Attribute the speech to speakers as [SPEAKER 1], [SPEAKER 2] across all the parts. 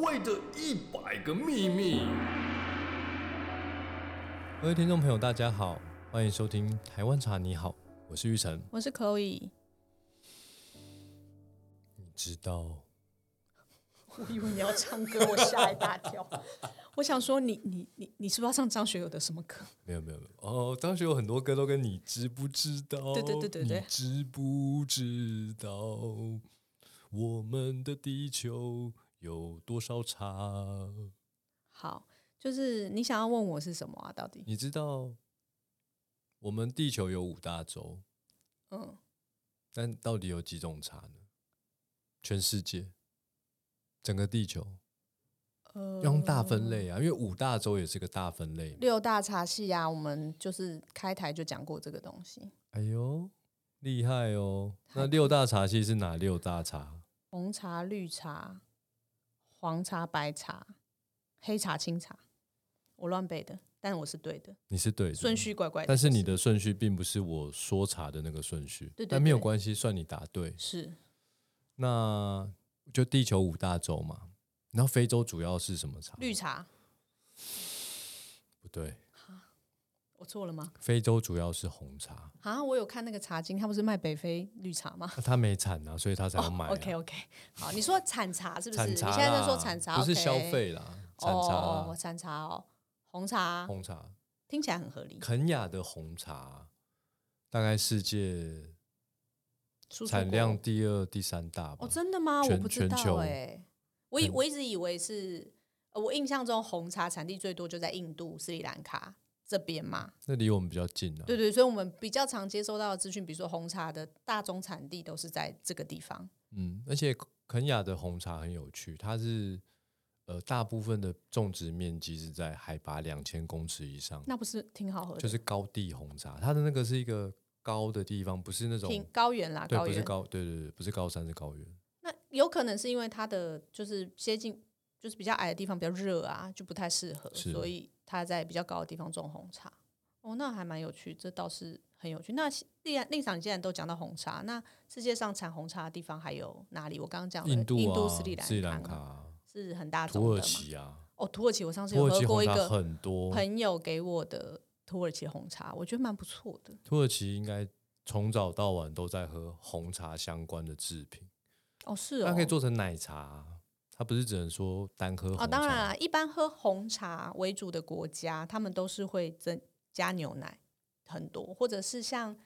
[SPEAKER 1] 谓的一百个秘密。
[SPEAKER 2] 各位听众朋友，大家好，欢迎收听《台湾茶你好》，我是玉成。
[SPEAKER 3] 我是 Chloe，
[SPEAKER 2] 你知道
[SPEAKER 3] 我以为你要唱歌，我吓一大跳。 我想说你，你你你是不是要唱张学友的什么 歌？
[SPEAKER 2] 没有？没有没有哦，当时有很多歌都跟你知不知道？
[SPEAKER 3] 对对对对对
[SPEAKER 2] 你知不知道我们的地球有多少茶？
[SPEAKER 3] 好，就是你想要问我是什么啊？到底？
[SPEAKER 2] 你知道我们地球有五大洲，
[SPEAKER 3] 嗯，
[SPEAKER 2] 但到底有几种茶呢？全世界，整个地球
[SPEAKER 3] 呃
[SPEAKER 2] 要用大分类啊，因为五大洲也是个大分类嘛。
[SPEAKER 3] 六大茶系啊，我们就是开台就讲过这个东西：
[SPEAKER 2] 哎呦，厉害哦！那六大茶系是哪六大茶？
[SPEAKER 3] 红茶、绿茶、黄茶、白茶、黑茶、青茶。我乱背的，但我是对的，
[SPEAKER 2] 你是对的
[SPEAKER 3] 顺，序怪怪的。
[SPEAKER 2] 但是你的顺序并不是我说茶的那个顺序，
[SPEAKER 3] 对对
[SPEAKER 2] 但没有
[SPEAKER 3] 对
[SPEAKER 2] 关系，算你答对。
[SPEAKER 3] 是
[SPEAKER 2] 那就地球五大洲嘛，然后非洲主要是什么茶？
[SPEAKER 3] 绿茶，
[SPEAKER 2] 不对，
[SPEAKER 3] 我错了吗？
[SPEAKER 2] 非洲主要是红茶，
[SPEAKER 3] 啊，我有看那个茶经，它不是卖北非绿茶吗？
[SPEAKER 2] 那它没产啊，所以它才要卖啊、
[SPEAKER 3] 哦 OK OK，好，你说产茶是不是？
[SPEAKER 2] 产
[SPEAKER 3] 你
[SPEAKER 2] 茶
[SPEAKER 3] 现在在说
[SPEAKER 2] 啦
[SPEAKER 3] 产茶，
[SPEAKER 2] 不是
[SPEAKER 3] OK
[SPEAKER 2] 消费啦，产茶
[SPEAKER 3] 哦
[SPEAKER 2] 啦、
[SPEAKER 3] 哦，哦产茶哦，红茶
[SPEAKER 2] 红茶，
[SPEAKER 3] 听起来很合理，
[SPEAKER 2] 肯雅的红茶大概世界
[SPEAKER 3] 输出
[SPEAKER 2] 产
[SPEAKER 3] 国
[SPEAKER 2] 量第二、第三大吧。
[SPEAKER 3] 哦，真的吗？我
[SPEAKER 2] 全
[SPEAKER 3] 不知
[SPEAKER 2] 全
[SPEAKER 3] 道
[SPEAKER 2] 球
[SPEAKER 3] 哎、我以
[SPEAKER 2] 很
[SPEAKER 3] 我一直以为是，呃我印象中红茶产地最多就在印度、斯里兰卡这边嘛。
[SPEAKER 2] 那离我们比较近啊。
[SPEAKER 3] 对对，所以我们比较常接收到的资讯，比如说红茶的大宗产地都是在这个地方。
[SPEAKER 2] 嗯，而且肯雅的红茶很有趣，它是呃大部分的种植面积是在海拔两千公尺以上，
[SPEAKER 3] 那不是挺好喝的？
[SPEAKER 2] 就是高地红茶。它的那个是一个高的地方，不是那种
[SPEAKER 3] 挺高原啦，
[SPEAKER 2] 对，
[SPEAKER 3] 高
[SPEAKER 2] 不是
[SPEAKER 3] 原。
[SPEAKER 2] 高，对对对，不是高山，是高原。
[SPEAKER 3] 那有可能是因为它的就是接近就是比较矮的地方比较热啊，就不太适合，
[SPEAKER 2] 是
[SPEAKER 3] 所以它在比较高的地方种红茶。哦，那还蛮有趣，这倒是很有趣。那令然令长，你既然都讲到红茶，那世界上产红茶的地方还有哪里？我刚刚讲了
[SPEAKER 2] 印度啊，
[SPEAKER 3] 哦斯里
[SPEAKER 2] 斯里兰
[SPEAKER 3] 兰
[SPEAKER 2] 卡
[SPEAKER 3] 卡
[SPEAKER 2] 啊、
[SPEAKER 3] 是很大
[SPEAKER 2] 土
[SPEAKER 3] 众
[SPEAKER 2] 耳
[SPEAKER 3] 的嘛？
[SPEAKER 2] 其啊，
[SPEAKER 3] 哦，土耳其，我上次
[SPEAKER 2] 土
[SPEAKER 3] 有
[SPEAKER 2] 耳
[SPEAKER 3] 喝
[SPEAKER 2] 其
[SPEAKER 3] 过
[SPEAKER 2] 红
[SPEAKER 3] 一
[SPEAKER 2] 茶
[SPEAKER 3] 个
[SPEAKER 2] 很多，
[SPEAKER 3] 朋友给我的土耳其红茶，我觉得蛮不错的。
[SPEAKER 2] 土耳其应该从早到晚都在喝红茶相关的制品，
[SPEAKER 3] 哦，是
[SPEAKER 2] 它
[SPEAKER 3] 哦
[SPEAKER 2] 可以，做成奶茶啊，它不是只能说单喝红茶。
[SPEAKER 3] 哦，当然啦，一般喝红茶为主的国家，他们都是会增加牛奶很多，或者是像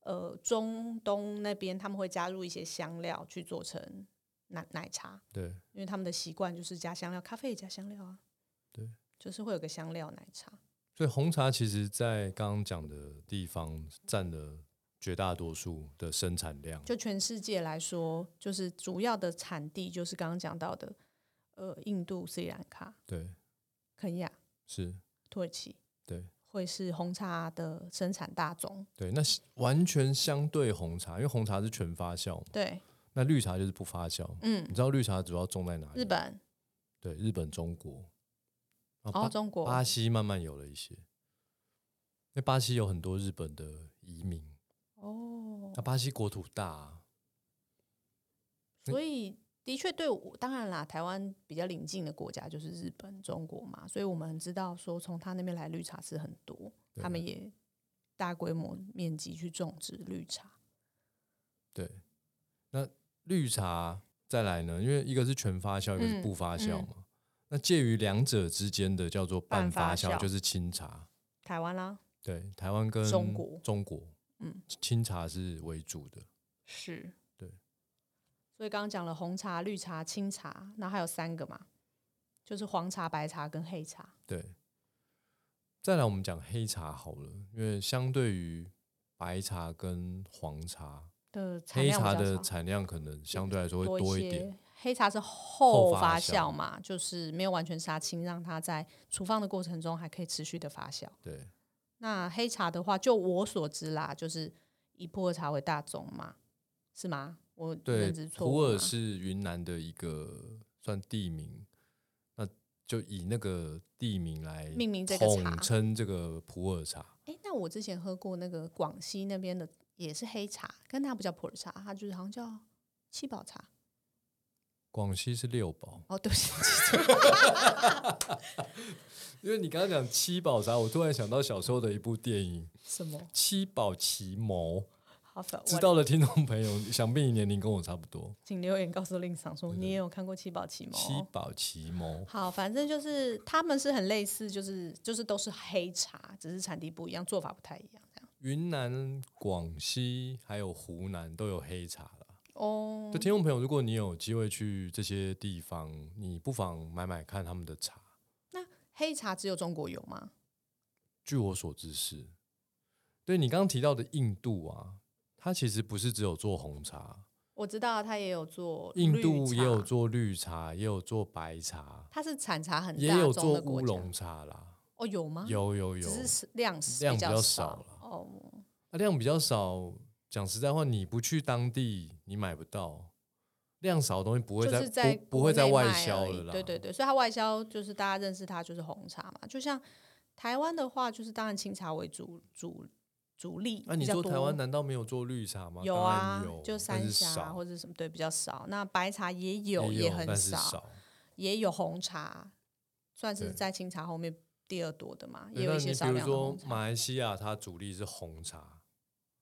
[SPEAKER 3] 呃中东那边，他们会加入一些香料去做成奶奶茶，
[SPEAKER 2] 对，
[SPEAKER 3] 因为他们的习惯就是加香料，咖啡也加香料啊。
[SPEAKER 2] 对，
[SPEAKER 3] 就是会有个香料奶茶。
[SPEAKER 2] 所以红茶其实在刚刚讲的地方占了绝大多数的生产量。
[SPEAKER 3] 就全世界来说，就是主要的产地就是刚刚讲到的，呃，印度、斯里兰卡、
[SPEAKER 2] 对，
[SPEAKER 3] 肯亚、
[SPEAKER 2] 是，
[SPEAKER 3] 土耳其，
[SPEAKER 2] 对，
[SPEAKER 3] 会是红茶的生产大宗。
[SPEAKER 2] 对，那是完全相对红茶，因为红茶是全发酵嘛，
[SPEAKER 3] 对，
[SPEAKER 2] 那绿茶就是不发酵。
[SPEAKER 3] 嗯
[SPEAKER 2] 你，知道绿茶主要种在哪里？
[SPEAKER 3] 日，本。
[SPEAKER 2] 对，日本、中国，啊然
[SPEAKER 3] 哦，
[SPEAKER 2] 巴
[SPEAKER 3] 中国
[SPEAKER 2] 巴西慢慢有了一些，因为巴西有很多日本的移民，
[SPEAKER 3] 哦
[SPEAKER 2] 那、，巴西国土大、啊，
[SPEAKER 3] 所以的确对我，当然啦，台湾比较邻近的国家就是日本、中国嘛，所以我们知道说从他那边来绿茶是很多，
[SPEAKER 2] 对
[SPEAKER 3] 他们也大规模面积去种植绿茶。
[SPEAKER 2] 对，那绿茶再来呢，因为一个是全发酵，一个是
[SPEAKER 3] 嗯
[SPEAKER 2] 不发酵
[SPEAKER 3] 嗯
[SPEAKER 2] 嘛。那介于两者之间的叫做半
[SPEAKER 3] 半
[SPEAKER 2] 发
[SPEAKER 3] 发
[SPEAKER 2] 酵，
[SPEAKER 3] 酵
[SPEAKER 2] 就是清茶。
[SPEAKER 3] 台湾啦，
[SPEAKER 2] 对，台湾跟
[SPEAKER 3] 中国
[SPEAKER 2] 中国，
[SPEAKER 3] 嗯，
[SPEAKER 2] 清茶是为主的。
[SPEAKER 3] 是，
[SPEAKER 2] 对。
[SPEAKER 3] 所以刚刚讲了红茶、绿茶、青茶，然后还有三个嘛，就是黄茶、白茶跟黑茶。
[SPEAKER 2] 对，再来我们讲黑茶好了，因为相对于白茶跟黄茶，
[SPEAKER 3] 的产
[SPEAKER 2] 黑
[SPEAKER 3] 量比
[SPEAKER 2] 茶
[SPEAKER 3] 较
[SPEAKER 2] 的
[SPEAKER 3] 少
[SPEAKER 2] 产量可能相对来说会多
[SPEAKER 3] 多
[SPEAKER 2] 一点。
[SPEAKER 3] 些。黑茶是
[SPEAKER 2] 后
[SPEAKER 3] 后
[SPEAKER 2] 发
[SPEAKER 3] 发
[SPEAKER 2] 酵
[SPEAKER 3] 酵嘛，就是没有完全杀青，让它在处放的过程中还可以持续的发酵。
[SPEAKER 2] 对，
[SPEAKER 3] 那黑茶的话，就我所知啦，就是以普洱茶为大宗嘛，是吗？我
[SPEAKER 2] 对
[SPEAKER 3] 认知，错
[SPEAKER 2] 普
[SPEAKER 3] 误
[SPEAKER 2] 洱
[SPEAKER 3] 吗
[SPEAKER 2] 是云南的一个算地名，那就以那个地名来
[SPEAKER 3] 命名这个茶
[SPEAKER 2] 统。称这个普洱茶。
[SPEAKER 3] 哎，那我之前喝过那个广西那边的也是黑茶，但它不叫普洱茶，它就是好像叫七宝茶。
[SPEAKER 2] 广西是六堡，
[SPEAKER 3] 哦，对不起，
[SPEAKER 2] 因为你刚刚讲七宝啥，我突然想到小时候的一部电影《
[SPEAKER 3] 什么？
[SPEAKER 2] 七宝奇谋》，
[SPEAKER 3] 好，反
[SPEAKER 2] 知道的听众朋友，想必你年龄跟我差不多。
[SPEAKER 3] 请留言告诉令赏说，你也有看过《七宝奇谋》
[SPEAKER 2] 七宝奇谋，
[SPEAKER 3] 好，反正就是他们是很类似，就是就是都是黑茶，只是产地不一样，做法不太一样这样。
[SPEAKER 2] 云南、广西还有湖南都有黑茶了。
[SPEAKER 3] 哦
[SPEAKER 2] 就，听众朋友，如果你有机会去这些地方，你不妨买买看他们的茶。
[SPEAKER 3] 那黑茶只有中国有吗？
[SPEAKER 2] 据我所知是，对你刚刚提到的印度啊，它其实不是只有做红茶，
[SPEAKER 3] 我知道他也有做
[SPEAKER 2] 印
[SPEAKER 3] 绿
[SPEAKER 2] 度也有
[SPEAKER 3] 茶，
[SPEAKER 2] 做绿茶，也有做白茶，
[SPEAKER 3] 它是产茶很
[SPEAKER 2] 也
[SPEAKER 3] 大
[SPEAKER 2] 有
[SPEAKER 3] 宗
[SPEAKER 2] 做
[SPEAKER 3] 的国
[SPEAKER 2] 乌
[SPEAKER 3] 家
[SPEAKER 2] 龙茶啦。
[SPEAKER 3] 哦，有吗？，
[SPEAKER 2] 有有有，
[SPEAKER 3] 只是量是
[SPEAKER 2] 量比
[SPEAKER 3] 较
[SPEAKER 2] 较
[SPEAKER 3] 少
[SPEAKER 2] 少了
[SPEAKER 3] 哦。
[SPEAKER 2] 啊，量比较少。讲实在话，你不去当地，你买不到。量少的东西不会
[SPEAKER 3] 就
[SPEAKER 2] 在
[SPEAKER 3] 是在
[SPEAKER 2] 不不会在
[SPEAKER 3] 国
[SPEAKER 2] 外
[SPEAKER 3] 内卖而
[SPEAKER 2] 销
[SPEAKER 3] 已
[SPEAKER 2] 了啦。
[SPEAKER 3] 对对对，所以它外销就是大家认识它就是红茶嘛。就像台湾的话，就是当然清茶为主主主力。
[SPEAKER 2] 那、你
[SPEAKER 3] 说
[SPEAKER 2] 说台湾难道没有做绿茶吗？
[SPEAKER 3] 有
[SPEAKER 2] 当然
[SPEAKER 3] 啊，
[SPEAKER 2] 有
[SPEAKER 3] 就
[SPEAKER 2] 但
[SPEAKER 3] 三
[SPEAKER 2] 是
[SPEAKER 3] 峡
[SPEAKER 2] 少
[SPEAKER 3] 或者什么对比较少。那白茶也有，
[SPEAKER 2] 也有
[SPEAKER 3] 很
[SPEAKER 2] 但是
[SPEAKER 3] 少，
[SPEAKER 2] 少。
[SPEAKER 3] 也有红茶，算是
[SPEAKER 2] 对
[SPEAKER 3] 在清茶后面第二多的嘛，
[SPEAKER 2] 对
[SPEAKER 3] 也有
[SPEAKER 2] 那你
[SPEAKER 3] 一些
[SPEAKER 2] 比
[SPEAKER 3] 少
[SPEAKER 2] 如
[SPEAKER 3] 量的
[SPEAKER 2] 说
[SPEAKER 3] 红茶。
[SPEAKER 2] 马来西亚，它主力是红茶，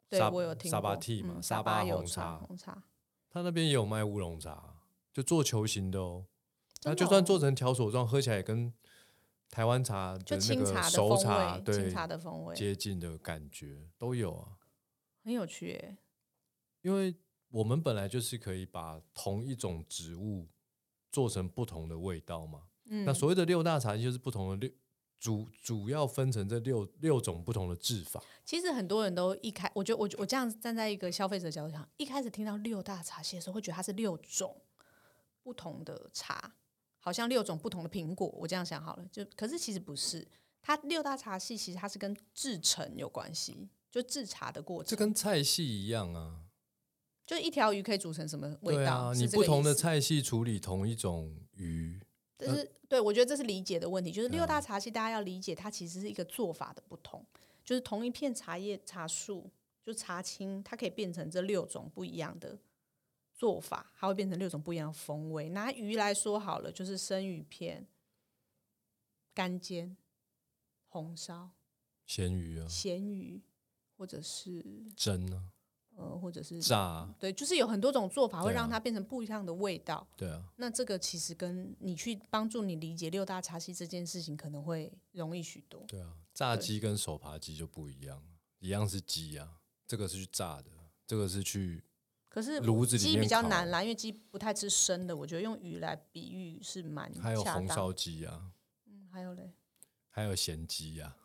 [SPEAKER 3] 对，
[SPEAKER 2] 沙
[SPEAKER 3] 我有听过
[SPEAKER 2] 沙巴 T 嘛，
[SPEAKER 3] 嗯
[SPEAKER 2] 沙
[SPEAKER 3] 巴有
[SPEAKER 2] 红
[SPEAKER 3] 产
[SPEAKER 2] 茶，
[SPEAKER 3] 红茶
[SPEAKER 2] 它那边也有卖乌龙茶，就做球形的哦。那
[SPEAKER 3] 真的
[SPEAKER 2] 就算
[SPEAKER 3] 哦
[SPEAKER 2] 做成条索状，喝起来也跟台湾茶的
[SPEAKER 3] 就
[SPEAKER 2] 那
[SPEAKER 3] 清
[SPEAKER 2] 个
[SPEAKER 3] 茶的
[SPEAKER 2] 熟
[SPEAKER 3] 风
[SPEAKER 2] 茶
[SPEAKER 3] 味，清
[SPEAKER 2] 对
[SPEAKER 3] 茶的风味
[SPEAKER 2] 接近的感觉都有啊。
[SPEAKER 3] 很有趣耶。
[SPEAKER 2] 因为我们本来就是可以把同一种植物做成不同的味道嘛。
[SPEAKER 3] 嗯，
[SPEAKER 2] 那所谓的六大茶就是不同的六主主要分成这六六种不同的制法。
[SPEAKER 3] 其实很多人都一开，我觉得我我这样站在一个消费者角度想，一开始听到六大茶系的时候，会觉得它是六种不同的茶，好像六种不同的苹果。我这样想好了，就可是其实不是，它六大茶系其实它是跟制成有关系，就制茶的过
[SPEAKER 2] 这
[SPEAKER 3] 程，
[SPEAKER 2] 跟菜系一样啊，
[SPEAKER 3] 就一条鱼可以煮成什么味
[SPEAKER 2] 对
[SPEAKER 3] 道，
[SPEAKER 2] 啊，
[SPEAKER 3] 是
[SPEAKER 2] 你
[SPEAKER 3] 这
[SPEAKER 2] 不
[SPEAKER 3] 个
[SPEAKER 2] 同
[SPEAKER 3] 意
[SPEAKER 2] 的
[SPEAKER 3] 思。
[SPEAKER 2] 菜系处理同一种鱼，
[SPEAKER 3] 但是、对我觉得这是理解的问题，就是
[SPEAKER 2] 对啊
[SPEAKER 3] 六大茶系，大家要理解它其实是一个做法的不同，就是同一片茶叶、茶树，就茶青，它可以变成这六种不一样的做法，它会变成六种不一样的风味。拿鱼来说好了，就是生鱼片、干煎、红烧、
[SPEAKER 2] 咸鱼啊，
[SPEAKER 3] 咸鱼，或者是
[SPEAKER 2] 蒸啊，
[SPEAKER 3] 呃，或者是
[SPEAKER 2] 炸啊，
[SPEAKER 3] 对，就是有很多种做法会
[SPEAKER 2] 对啊
[SPEAKER 3] 让它变成不一样的味道。
[SPEAKER 2] 对啊，
[SPEAKER 3] 那这个其实跟你去帮助你理解六大茶系这件事情，可能会容易许多。
[SPEAKER 2] 对啊，炸
[SPEAKER 3] 对
[SPEAKER 2] 鸡跟手扒鸡就不一样，一样是鸡啊，这个是去炸的，这个是去
[SPEAKER 3] 可是
[SPEAKER 2] 炉子里
[SPEAKER 3] 鸡
[SPEAKER 2] 面
[SPEAKER 3] 比较
[SPEAKER 2] 烤
[SPEAKER 3] 难啦，因为鸡不太吃生的，我觉得用鱼来比喻是蛮
[SPEAKER 2] 还有
[SPEAKER 3] 恰
[SPEAKER 2] 红
[SPEAKER 3] 当
[SPEAKER 2] 烧鸡啊，
[SPEAKER 3] 嗯还有嘞，
[SPEAKER 2] 还有咸鸡啊，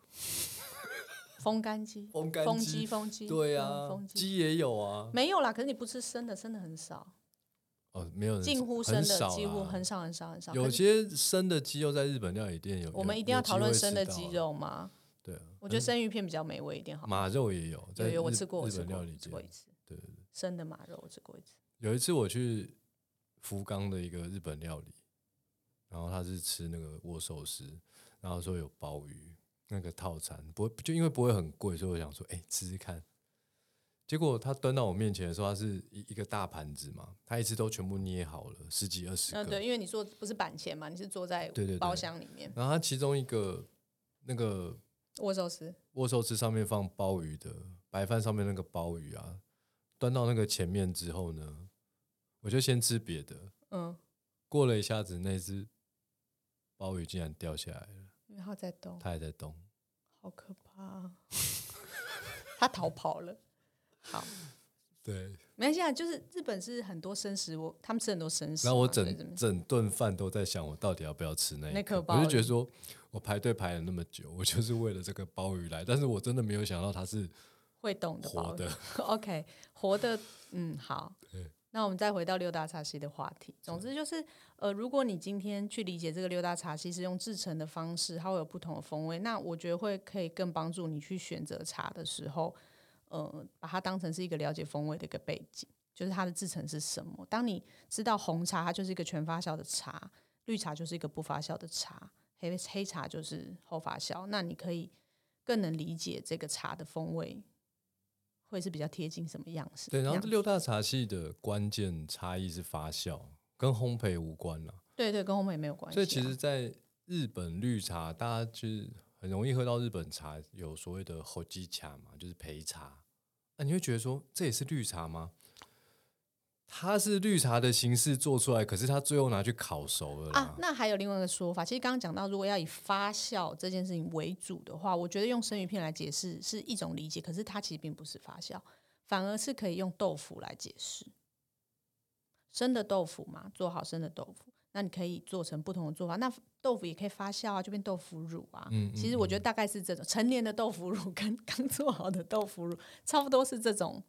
[SPEAKER 3] 风干鸡、
[SPEAKER 2] 风干
[SPEAKER 3] 风
[SPEAKER 2] 鸡
[SPEAKER 3] 鸡、风鸡，
[SPEAKER 2] 对
[SPEAKER 3] 嗯
[SPEAKER 2] 啊
[SPEAKER 3] 风，鸡
[SPEAKER 2] 鸡也有啊，
[SPEAKER 3] 没有啦。可是你不吃生的，生的很少，
[SPEAKER 2] 哦，没有人
[SPEAKER 3] 近乎
[SPEAKER 2] 很
[SPEAKER 3] 生的
[SPEAKER 2] 少
[SPEAKER 3] 几乎
[SPEAKER 2] 啦
[SPEAKER 3] 很少很少很少。可
[SPEAKER 2] 有
[SPEAKER 3] 是
[SPEAKER 2] 些生的鸡肉在日本料理店有，
[SPEAKER 3] 我
[SPEAKER 2] 有
[SPEAKER 3] 们一定要讨论生的鸡，
[SPEAKER 2] 有机会吃到啊
[SPEAKER 3] 肉吗？
[SPEAKER 2] 对啊，
[SPEAKER 3] 我觉得生鱼片比较美味一点，好不好。
[SPEAKER 2] 马肉也有，
[SPEAKER 3] 有
[SPEAKER 2] 在
[SPEAKER 3] 有，我
[SPEAKER 2] 日
[SPEAKER 3] 吃过，我
[SPEAKER 2] 日
[SPEAKER 3] 吃
[SPEAKER 2] 本
[SPEAKER 3] 过，
[SPEAKER 2] 料
[SPEAKER 3] 我
[SPEAKER 2] 理
[SPEAKER 3] 吃过一
[SPEAKER 2] 店。
[SPEAKER 3] 次
[SPEAKER 2] 对对对，
[SPEAKER 3] 生的马肉，我吃过一次。
[SPEAKER 2] 有一次我去福冈的一个日本料理，然后他是吃那个握寿司，然后说有鲍鱼那个套餐，不会就因为不会很贵，所以我想说，哎、吃吃看。结果他端到我面前的时候，他是一一个大盘子嘛，他一次都全部捏好了，十几二十个。
[SPEAKER 3] 嗯，对，因为你坐不是板前嘛，你是坐在
[SPEAKER 2] 对对对
[SPEAKER 3] 包厢里面
[SPEAKER 2] 然后他其中一个那个
[SPEAKER 3] 握寿司，
[SPEAKER 2] 握寿司上面放鲍鱼的白饭上面那个鲍鱼啊，端到那个前面之后呢，我就先吃别的。
[SPEAKER 3] 嗯，
[SPEAKER 2] 过了一下子，那只鲍鱼竟然掉下来了，
[SPEAKER 3] 因为他在动，
[SPEAKER 2] 它还在动。
[SPEAKER 3] 好可怕、啊， 他逃跑了。好，
[SPEAKER 2] 对，
[SPEAKER 3] 没关系啊，就是日本是很多生食，我他们吃很多生食嘛，
[SPEAKER 2] 然后我
[SPEAKER 3] 所以这边
[SPEAKER 2] 整整顿饭都在想，我到底要不要吃那一
[SPEAKER 3] 那颗
[SPEAKER 2] 颗？
[SPEAKER 3] 鲍鱼
[SPEAKER 2] 我就觉得说，我排队排了那么久，我就是为了这个鲍鱼来，但是我真的没有想到它是
[SPEAKER 3] 会动的
[SPEAKER 2] 活
[SPEAKER 3] 鲍鱼
[SPEAKER 2] 的。
[SPEAKER 3] OK，活的，嗯，好
[SPEAKER 2] 对。
[SPEAKER 3] 那我们再回到六大茶系的话题。总之就是，呃，如果你今天去理解这个六大茶系是用制成的方式，它会有不同的风味，那我觉得会可以更帮助你去选择茶的时候，呃，把它当成是一个了解风味的一个背景，就是它的制成是什么。当你知道红茶它就是一个全发酵的茶，绿茶就是一个不发酵的茶，黑黑茶就是后发酵，那你可以更能理解这个茶的风味会是比较贴近什么样式。
[SPEAKER 2] 对，然后
[SPEAKER 3] 样
[SPEAKER 2] 这六大茶系的关键差异是发酵，跟烘焙无关啦。
[SPEAKER 3] 对对，跟烘焙没有关系啊。
[SPEAKER 2] 所以其实，在日本绿茶，大家就是很容易喝到日本茶，有所谓的后基茶嘛，就是焙茶。那、你会觉得说，这也是绿茶吗？它是绿茶的形式做出来，可是它最后拿去烤熟了啦。
[SPEAKER 3] 啊，那还有另外一个说法，其实刚刚讲到，如果要以发酵这件事情为主的话，我觉得用生鱼片来解释是一种理解，可是它其实并不是发酵，反而是可以用豆腐来解释。生的豆腐嘛，做好生的豆腐，那你可以做成不同的做法。那豆腐也可以发酵啊，就变豆腐乳啊。
[SPEAKER 2] 嗯嗯
[SPEAKER 3] 其实我觉得大概是这种成年的豆腐乳跟刚做好的豆腐乳差不多是这种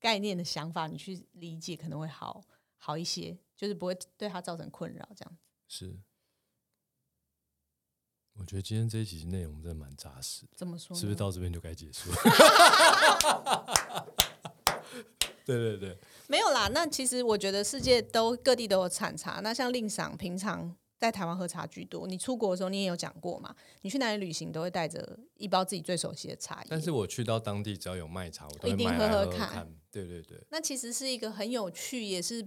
[SPEAKER 3] 概念的想法，你去理解可能会好好一些，就是不会对它造成困扰这样。
[SPEAKER 2] 是，我觉得今天这一集内容真的蛮扎实的，
[SPEAKER 3] 怎么说呢？
[SPEAKER 2] 是不是到这边就该结束？ 对对对，
[SPEAKER 3] 没有啦，那其实我觉得世界都各地都有产茶。那像令赏平常在台湾喝茶居多，你出国的时候你也有讲过嘛？你去哪里旅行都会带着一包自己最熟悉的茶叶。
[SPEAKER 2] 但是我去到当地只要有卖茶，我都
[SPEAKER 3] 一
[SPEAKER 2] 会
[SPEAKER 3] 定
[SPEAKER 2] 买
[SPEAKER 3] 喝
[SPEAKER 2] 来喝
[SPEAKER 3] 喝看
[SPEAKER 2] 看。对对对，
[SPEAKER 3] 那其实是一个很有趣，也是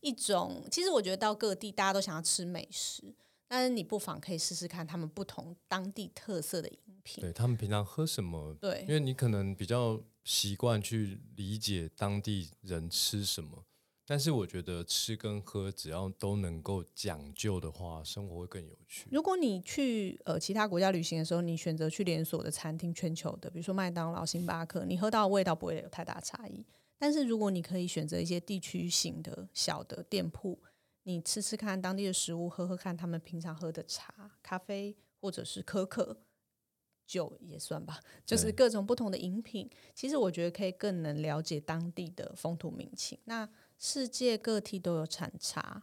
[SPEAKER 3] 一种。其实我觉得到各地大家都想要吃美食，但是你不妨可以试试看他们不同当地特色的饮品。
[SPEAKER 2] 对他们平常喝什么？
[SPEAKER 3] 对
[SPEAKER 2] 因为你可能比较习惯去理解当地人吃什么，但是我觉得吃跟喝只要都能够讲究的话，生活会更有趣。
[SPEAKER 3] 如果你去呃其他国家旅行的时候，你选择去连锁的餐厅，全球的，比如说麦当劳、星巴克，你喝到的味道不会有太大差异。但是如果你可以选择一些地区型的小的店铺，你吃吃看当地的食物，喝喝看他们平常喝的茶、咖啡或者是可可。酒也算吧， 就是
[SPEAKER 2] 对
[SPEAKER 3] 各种不同的饮品，其实我觉得可以更能了解当地的风土民情。那世界各地都有产茶，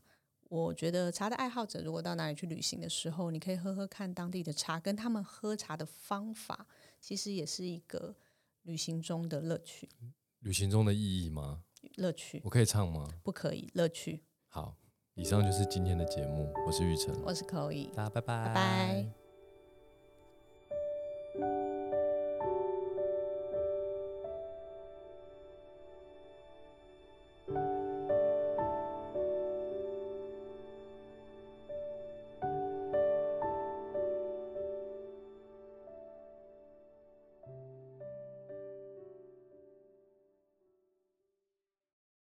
[SPEAKER 3] 我觉得茶的爱好者如果到哪里去旅行的时候，你可以喝喝看当地的茶，跟他们喝茶的方法，其实也是一个旅行中的乐趣。
[SPEAKER 2] 旅行中的意义吗？
[SPEAKER 3] 乐趣
[SPEAKER 2] 我可以唱吗？
[SPEAKER 3] 不可以，乐趣。
[SPEAKER 2] 好，以上就是今天的节目，我是玉成，
[SPEAKER 3] 我是 Chloe。
[SPEAKER 2] 大家拜拜，
[SPEAKER 3] 拜拜。